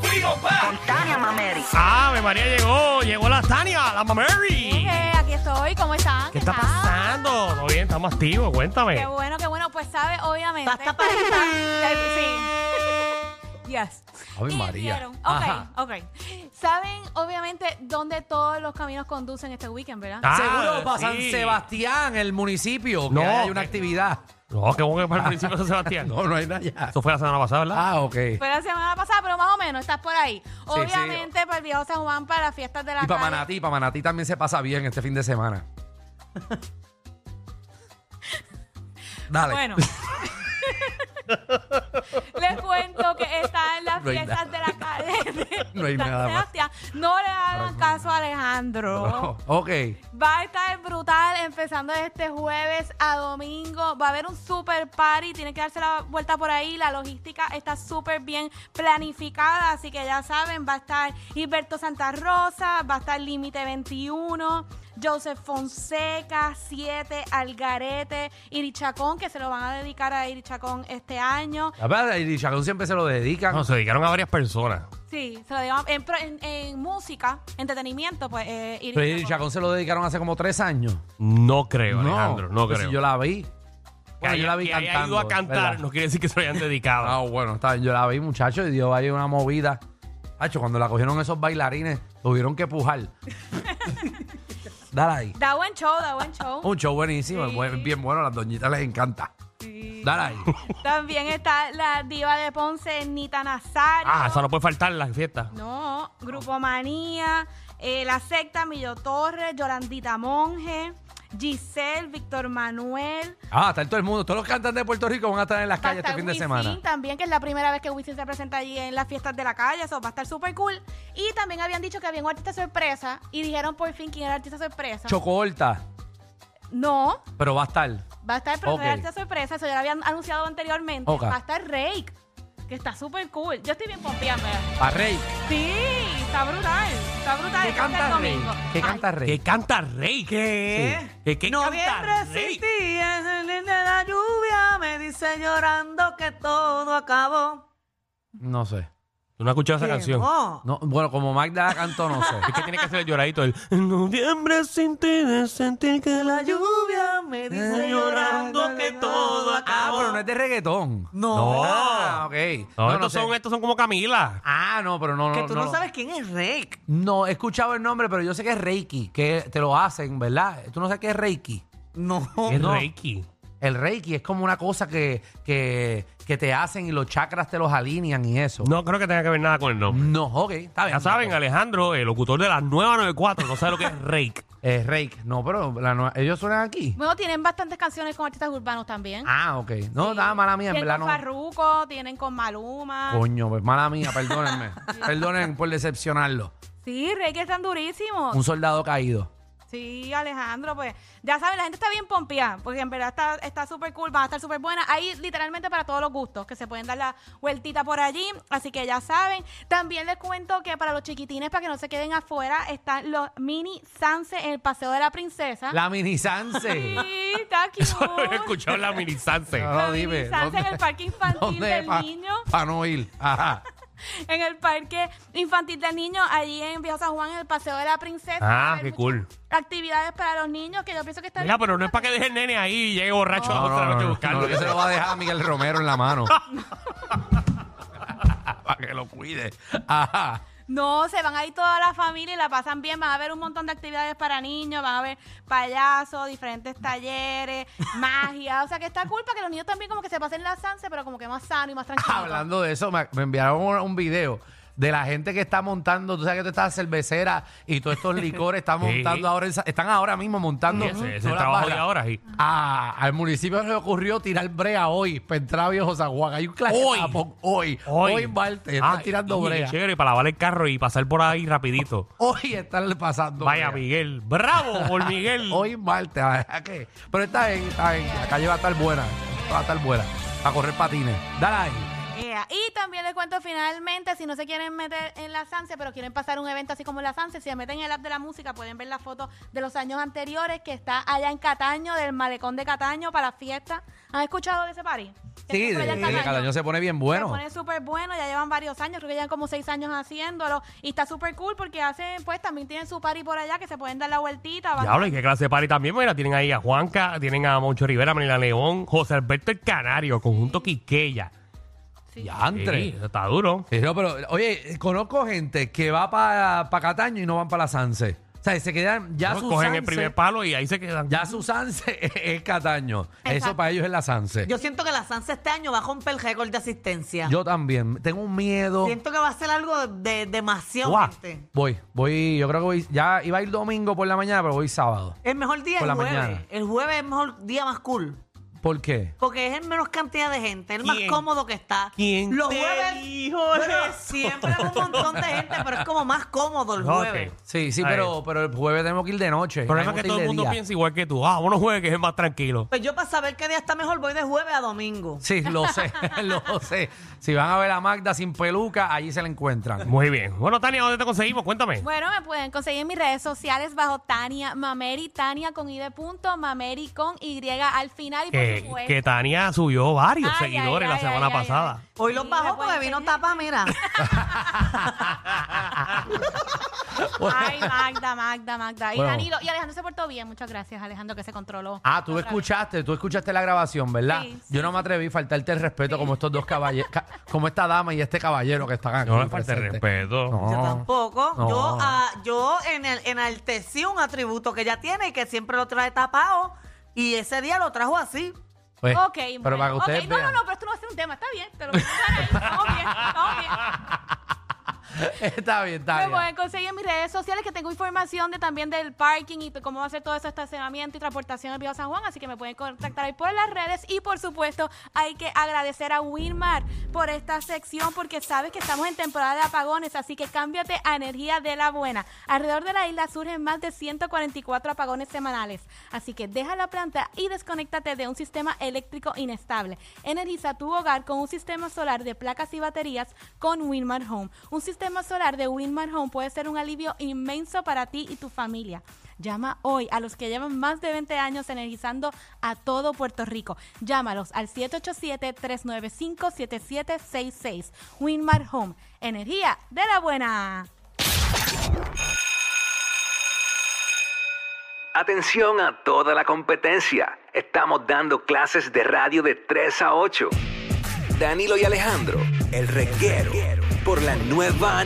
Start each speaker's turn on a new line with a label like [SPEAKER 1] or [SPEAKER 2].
[SPEAKER 1] conmigo, pa.
[SPEAKER 2] Con Tania Mameri.
[SPEAKER 1] Ah, mi María llegó, llegó la Tania, la Mameri.
[SPEAKER 3] Eh, aquí estoy, ¿cómo están?
[SPEAKER 1] ¿Qué está
[SPEAKER 3] tal?
[SPEAKER 1] pasando? Todo bien, estamos activos,
[SPEAKER 3] Qué
[SPEAKER 1] cuéntame.
[SPEAKER 3] bueno, qué bueno. Pues sabe, obviamente.
[SPEAKER 2] Basta para
[SPEAKER 3] Eh, Sí. Yes.
[SPEAKER 1] Ave
[SPEAKER 3] Y
[SPEAKER 1] María.
[SPEAKER 3] vieron.
[SPEAKER 1] Ajá.
[SPEAKER 3] Ok, ok. Saben, obviamente, dónde todos los caminos conducen este weekend, ¿verdad?
[SPEAKER 1] Ah,
[SPEAKER 4] Seguro para San
[SPEAKER 1] sí.
[SPEAKER 4] Sebastián, el municipio, que
[SPEAKER 1] No. eh,
[SPEAKER 4] hay una actividad.
[SPEAKER 1] No, qué bueno que para el municipio de San Sebastián.
[SPEAKER 4] No, no hay nada ya.
[SPEAKER 1] Eso fue la semana pasada, ¿verdad?
[SPEAKER 4] Ah, ok.
[SPEAKER 3] Fue la semana pasada, pero más o menos, estás por ahí. obviamente, para el viejo San Juan, para las fiestas de la
[SPEAKER 4] Y para
[SPEAKER 3] calle.
[SPEAKER 4] Manatí, para Manatí también se pasa bien este fin de semana. Dale.
[SPEAKER 3] Bueno. Les cuento que están las
[SPEAKER 4] No hay
[SPEAKER 3] fiestas de la calle de
[SPEAKER 4] No hay
[SPEAKER 3] San
[SPEAKER 4] nada más.
[SPEAKER 3] Sebastián. No le hagan caso a Alejandro.
[SPEAKER 4] Oh, ok.
[SPEAKER 3] Va a estar brutal empezando este jueves a domingo. Va a haber un super party. Tienen que darse la vuelta por ahí. La logística está súper bien planificada. Así que ya saben, va a estar Gilberto Santa Rosa, va a estar Límite 21, Joseph Fonseca, 7, Algarete, Irichacón, que se lo van a dedicar a Irichacón este año.
[SPEAKER 4] La verdad, y Chacón siempre se lo dedican.
[SPEAKER 1] No, se dedicaron a varias personas.
[SPEAKER 3] Sí, se lo digamos. En, pro- en- en música, entretenimiento, pues eh,
[SPEAKER 4] Pero
[SPEAKER 3] Iri
[SPEAKER 4] y
[SPEAKER 3] Chacón.
[SPEAKER 4] Chacón se lo dedicaron hace como tres años.
[SPEAKER 1] No creo, Alejandro, no
[SPEAKER 4] pues
[SPEAKER 1] creo.
[SPEAKER 4] si yo la vi.
[SPEAKER 1] Que
[SPEAKER 4] Bueno, yo
[SPEAKER 1] haya-
[SPEAKER 4] la vi
[SPEAKER 1] que haya
[SPEAKER 4] cantando.
[SPEAKER 1] ido a cantar
[SPEAKER 4] ¿verdad?
[SPEAKER 1] no quiere decir que se lo hayan dedicado.
[SPEAKER 4] Ah, bueno, está bien. Yo la vi, muchacho, y dio ahí una movida. Hacho, cuando la cogieron esos bailarines, tuvieron que pujar. Dale ahí.
[SPEAKER 3] Da buen show, da buen show.
[SPEAKER 4] Un show buenísimo,
[SPEAKER 3] Sí.
[SPEAKER 4] buen- bien bueno, a las doñitas les encanta.
[SPEAKER 3] Sí.
[SPEAKER 4] Dale ahí.
[SPEAKER 3] También está la diva de Ponce, Nita Nazario.
[SPEAKER 1] Ah, esa no puede faltar en las fiestas.
[SPEAKER 3] No, Grupo Manía, eh, La Secta, Millo Torres, Yolandita Monge, Giselle, Víctor Manuel.
[SPEAKER 4] Ah, está en todo el mundo. Todos los cantantes de Puerto Rico van a estar en las calles este
[SPEAKER 3] estar
[SPEAKER 4] fin de
[SPEAKER 3] Wisin
[SPEAKER 4] semana.
[SPEAKER 3] también, que es la primera vez que Wisin se presenta allí en las fiestas de la calle. Eso va a estar súper cool. Y también habían dicho que había un artista sorpresa y dijeron por fin quién era el artista sorpresa.
[SPEAKER 4] Chocolta,
[SPEAKER 3] no,
[SPEAKER 4] pero va a estar.
[SPEAKER 3] va a estar pero no era
[SPEAKER 4] Ok.
[SPEAKER 3] el artista sorpresa. Eso ya lo habían anunciado anteriormente.
[SPEAKER 4] Ok.
[SPEAKER 3] Va a estar Rake, que está súper cool. Yo estoy bien pompeada, en verdad.
[SPEAKER 4] A Rey.
[SPEAKER 3] Sí, está brutal. Está brutal.
[SPEAKER 4] ¿Qué
[SPEAKER 3] Este
[SPEAKER 4] canta Rey?
[SPEAKER 3] domingo.
[SPEAKER 4] ¿Qué
[SPEAKER 3] Ay,
[SPEAKER 4] canta
[SPEAKER 1] ¿Qué
[SPEAKER 4] Rey?
[SPEAKER 1] canta Rey? ¿Qué? ¿Qué, qué canta
[SPEAKER 5] Noviembre
[SPEAKER 1] Rey?
[SPEAKER 5] sin ti, es el día de la lluvia, me dice llorando que todo acabó. oh,
[SPEAKER 4] No sé.
[SPEAKER 1] ¿Tú no has escuchado esa canción?
[SPEAKER 5] Llegó.
[SPEAKER 4] No, bueno, como Magda la cantó, no sé.
[SPEAKER 1] Es que tiene que hacer el lloradito. El noviembre sin ti, de sentir que la
[SPEAKER 5] La
[SPEAKER 1] lluvia.
[SPEAKER 5] lluvia me dice
[SPEAKER 1] Llorando
[SPEAKER 5] llorando
[SPEAKER 1] que
[SPEAKER 5] que
[SPEAKER 1] todo
[SPEAKER 5] todo
[SPEAKER 4] Ah,
[SPEAKER 5] acabó.
[SPEAKER 4] pero no es de reggaetón.
[SPEAKER 1] No.
[SPEAKER 5] No,
[SPEAKER 4] Ah, ok.
[SPEAKER 1] No,
[SPEAKER 4] No, no
[SPEAKER 1] estos,
[SPEAKER 4] sé.
[SPEAKER 1] son, estos son como Camila.
[SPEAKER 4] Ah, no, pero no.
[SPEAKER 5] que
[SPEAKER 4] no,
[SPEAKER 5] tú
[SPEAKER 4] no
[SPEAKER 5] no,
[SPEAKER 4] lo-
[SPEAKER 5] sabes quién es Rick.
[SPEAKER 4] No, he escuchado el nombre, pero yo sé que es Reiki, que te lo hacen, ¿verdad? Tú no sabes qué es Reiki.
[SPEAKER 5] No.
[SPEAKER 1] Es
[SPEAKER 4] no.
[SPEAKER 1] Reiki.
[SPEAKER 4] El Reiki es como una cosa que, que, que te hacen y los chakras te los alinean y eso.
[SPEAKER 1] No creo que tenga que ver nada con el nombre.
[SPEAKER 4] No, ok, está bien.
[SPEAKER 1] Ya saben, Alejandro, el locutor de las 994, no sabe lo que es Reiki.
[SPEAKER 4] Eh, Reiki. No, pero la nueva- ellos suenan aquí.
[SPEAKER 3] Bueno, tienen bastantes canciones con artistas urbanos también.
[SPEAKER 4] Ah, ok. No, nada, mala mía, en
[SPEAKER 3] tienen
[SPEAKER 4] verdad
[SPEAKER 3] con
[SPEAKER 4] no.
[SPEAKER 3] Farruko, tienen con Maluma.
[SPEAKER 4] Coño, pues mala mía, perdónenme. Perdonen por decepcionarlo.
[SPEAKER 3] Sí, Rey que están durísimos.
[SPEAKER 4] Un soldado caído.
[SPEAKER 3] Sí, Alejandro, pues ya saben, la gente está bien pompeada, porque en verdad está está súper cool, van a estar súper buenas. Ahí literalmente para todos los gustos, que se pueden dar la vueltita por allí, así que ya saben. También les cuento que para los chiquitines, para que no se queden afuera, están los mini Sanse en el Paseo de la Princesa.
[SPEAKER 4] La mini Sanse.
[SPEAKER 3] Sí, está aquí.
[SPEAKER 1] Eso lo he escuchado en la mini Sanse.
[SPEAKER 4] No,
[SPEAKER 3] La
[SPEAKER 4] dime,
[SPEAKER 3] minizanza en
[SPEAKER 4] ¿dónde-
[SPEAKER 3] el parque infantil del niño,
[SPEAKER 4] Para no ir. Ajá.
[SPEAKER 3] en el parque infantil del niño, allí en Viejo San Juan, en el Paseo de la Princesa. Va a
[SPEAKER 1] Ah,
[SPEAKER 3] haber
[SPEAKER 1] qué cool.
[SPEAKER 3] muchas Actividades para los niños que yo pienso que están.
[SPEAKER 1] Mira, pero no es para que deje el nene ahí y llegue borracho
[SPEAKER 4] No, no,
[SPEAKER 1] otra
[SPEAKER 4] no,
[SPEAKER 1] vez
[SPEAKER 4] no,
[SPEAKER 1] buscando.
[SPEAKER 4] no, que se lo va a dejar a Miguel Romero en la mano. Para que lo cuide. Ajá.
[SPEAKER 3] No, se van ahí toda la familia y la pasan bien. Van a haber un montón de actividades para niños, van a ver payasos, diferentes talleres, magia. O sea, que está cool para que los niños también como que se pasen la sanse, pero como que más sano y más tranquilo.
[SPEAKER 4] Hablando de eso, me, me enviaron un, un video de la gente que está montando, tú sabes que todas estas cerveceras y todos estos licores están
[SPEAKER 1] Sí.
[SPEAKER 4] montando ahora, en Sa- están ahora mismo montando.
[SPEAKER 1] Sí, ese- ese
[SPEAKER 4] todas las
[SPEAKER 1] trabajo de
[SPEAKER 4] barras.
[SPEAKER 1] ahora, sí.
[SPEAKER 4] Ah, al municipio se le ocurrió tirar brea hoy, Pentra Viejo San Juan. Hay un clase
[SPEAKER 1] Hoy.
[SPEAKER 4] de tapón hoy, hoy, martes, están
[SPEAKER 1] Ay,
[SPEAKER 4] tirando
[SPEAKER 1] oye, qué
[SPEAKER 4] brea.
[SPEAKER 1] Chévere, para lavar el carro y pasar por ahí rapidito.
[SPEAKER 4] Hoy están pasando.
[SPEAKER 1] Vaya,
[SPEAKER 4] brea.
[SPEAKER 1] Miguel. Bravo por Miguel.
[SPEAKER 4] Hoy martes, la verdad que- Pero está bien, está bien. La calle va a estar buena. Va a estar buena. A correr patines. Dale ahí.
[SPEAKER 3] Ea, Y también les cuento finalmente, si no se quieren meter en la Sanse, pero quieren pasar un evento así como la Sanse, si se meten en el app de la música pueden ver la foto de los años anteriores que está allá en Cataño, del malecón de Cataño para la fiesta. ¿Han escuchado de ese party? Que
[SPEAKER 4] Sí,
[SPEAKER 3] fue allá en
[SPEAKER 4] el de Cataño se pone bien bueno.
[SPEAKER 3] Se pone súper bueno, ya llevan varios años, creo que llevan como seis años haciéndolo. Y está súper cool porque hacen, pues también tienen su party por allá que se pueden dar la vueltita. van-
[SPEAKER 1] Diablo, y qué clase de party también. Mira, tienen ahí a Juanca, tienen a Moncho Rivera, Manila León, José Alberto el Canario, conjunto Quiqueya.
[SPEAKER 3] Sí.
[SPEAKER 4] Diantre.
[SPEAKER 1] Sí, eso está duro.
[SPEAKER 4] Sí, no, pero, oye, conozco gente que va para Cataño y no van para la Sanse. O sea, se quedan, ya
[SPEAKER 1] No,
[SPEAKER 4] su
[SPEAKER 1] cogen el
[SPEAKER 4] Sanse-
[SPEAKER 1] primer palo y ahí se quedan.
[SPEAKER 4] Ya su Sanse es Cataño.
[SPEAKER 3] Exacto.
[SPEAKER 4] Eso para ellos es la Sanse. Yo,
[SPEAKER 5] Yo siento que la Sanse este año va a romper el récord de asistencia.
[SPEAKER 4] también. Tengo un miedo.
[SPEAKER 5] Siento que va a ser algo de, de demasiado
[SPEAKER 1] Guau.
[SPEAKER 5] gente.
[SPEAKER 4] Voy, voy, yo creo que voy, ya iba a ir domingo por la mañana, pero voy sábado.
[SPEAKER 5] El mejor día es el
[SPEAKER 4] Por la
[SPEAKER 5] jueves.
[SPEAKER 4] mañana.
[SPEAKER 5] El jueves es el mejor día más cool.
[SPEAKER 4] ¿Por qué?
[SPEAKER 5] Porque es el menos cantidad de gente, el más
[SPEAKER 1] ¿Quién?
[SPEAKER 5] cómodo que está.
[SPEAKER 1] ¿Quién
[SPEAKER 5] Los
[SPEAKER 1] te
[SPEAKER 5] jueves
[SPEAKER 1] dijo
[SPEAKER 5] bueno,
[SPEAKER 1] eso?
[SPEAKER 5] siempre es un montón de gente, pero es como más cómodo el
[SPEAKER 1] Ok.
[SPEAKER 5] jueves.
[SPEAKER 4] Sí, sí,
[SPEAKER 1] Ahí.
[SPEAKER 4] pero, pero el jueves tenemos que ir de noche.
[SPEAKER 1] El problema es que todo el mundo piensa igual que tú. Ah, uno juegue que es más tranquilo.
[SPEAKER 5] Pues yo para saber qué día está mejor voy de jueves a domingo.
[SPEAKER 4] Sí, lo sé, lo sé. Si van a ver a Magda sin peluca, allí se la encuentran.
[SPEAKER 1] Muy bien. Bueno, Tania, ¿dónde te conseguimos? Cuéntame.
[SPEAKER 3] Bueno, me pueden conseguir en mis redes sociales bajo Tania Mameri, Tania con I de punto, Mameri con Y al final y por
[SPEAKER 4] Eh,
[SPEAKER 1] que,
[SPEAKER 3] supuesto.
[SPEAKER 1] que Tania subió varios
[SPEAKER 3] pues, Ay,
[SPEAKER 1] seguidores
[SPEAKER 3] ay,
[SPEAKER 1] la
[SPEAKER 3] ay,
[SPEAKER 1] semana
[SPEAKER 3] ay, ay,
[SPEAKER 1] pasada.
[SPEAKER 3] ay.
[SPEAKER 5] Hoy
[SPEAKER 3] Sí,
[SPEAKER 5] los
[SPEAKER 3] me
[SPEAKER 5] bajó
[SPEAKER 3] pueden
[SPEAKER 5] porque vino
[SPEAKER 3] seguir.
[SPEAKER 5] tapa, mira.
[SPEAKER 3] Ay, Magda, Magda, Magda. Y
[SPEAKER 4] Bueno.
[SPEAKER 3] Danilo, y Alejandro se portó bien. Muchas gracias, Alejandro, que se controló.
[SPEAKER 4] Ah, tú
[SPEAKER 3] Otra vez.
[SPEAKER 4] escuchaste, tú escuchaste la grabación, ¿verdad?
[SPEAKER 3] Sí, sí,
[SPEAKER 4] Yo no me atreví a faltarte el respeto como estos dos caballeros, como esta dama y este caballero que están aquí.
[SPEAKER 1] No le falte
[SPEAKER 4] presentes.
[SPEAKER 1] respeto.
[SPEAKER 4] No.
[SPEAKER 5] Yo tampoco.
[SPEAKER 4] No.
[SPEAKER 5] Yo, ah, yo en el, enaltecí un atributo que ella tiene y que siempre lo trae tapado. Y ese día lo trajo así.
[SPEAKER 4] Pues,
[SPEAKER 3] Ok,
[SPEAKER 4] pero
[SPEAKER 3] bueno.
[SPEAKER 4] para que ustedes
[SPEAKER 3] Ok, no, no,
[SPEAKER 4] vean.
[SPEAKER 3] no, pero esto no va a ser un tema. Está bien, te lo voy a dejar ahí. Estamos bien, estamos bien.
[SPEAKER 4] está bien, está
[SPEAKER 3] Me pueden
[SPEAKER 4] bien.
[SPEAKER 3] conseguir Pues, en mis redes sociales que tengo información de también del parking y de cómo va a ser todo ese estacionamiento y transportación en Viejo San Juan, así que me pueden contactar ahí por las redes y por supuesto hay que agradecer a Wilmar por esta sección porque sabes que estamos en temporada de apagones, así que cámbiate a energía de la buena. Alrededor de la isla surgen más de 144 apagones semanales, así que deja la planta y desconéctate de un sistema eléctrico inestable. Energiza tu hogar con un sistema solar de placas y baterías con Winmar Home. Un sistema solar de Winmar Home puede ser un alivio inmenso para ti y tu familia. Llama hoy a los que llevan más de 20 años energizando a todo Puerto Rico. Llámalos al 787-395-7766. Winmar Home, energía de la buena.
[SPEAKER 2] Atención a toda la competencia. Estamos dando clases de radio de 3 a 8. Danilo y Alejandro, el reguero, por la nueva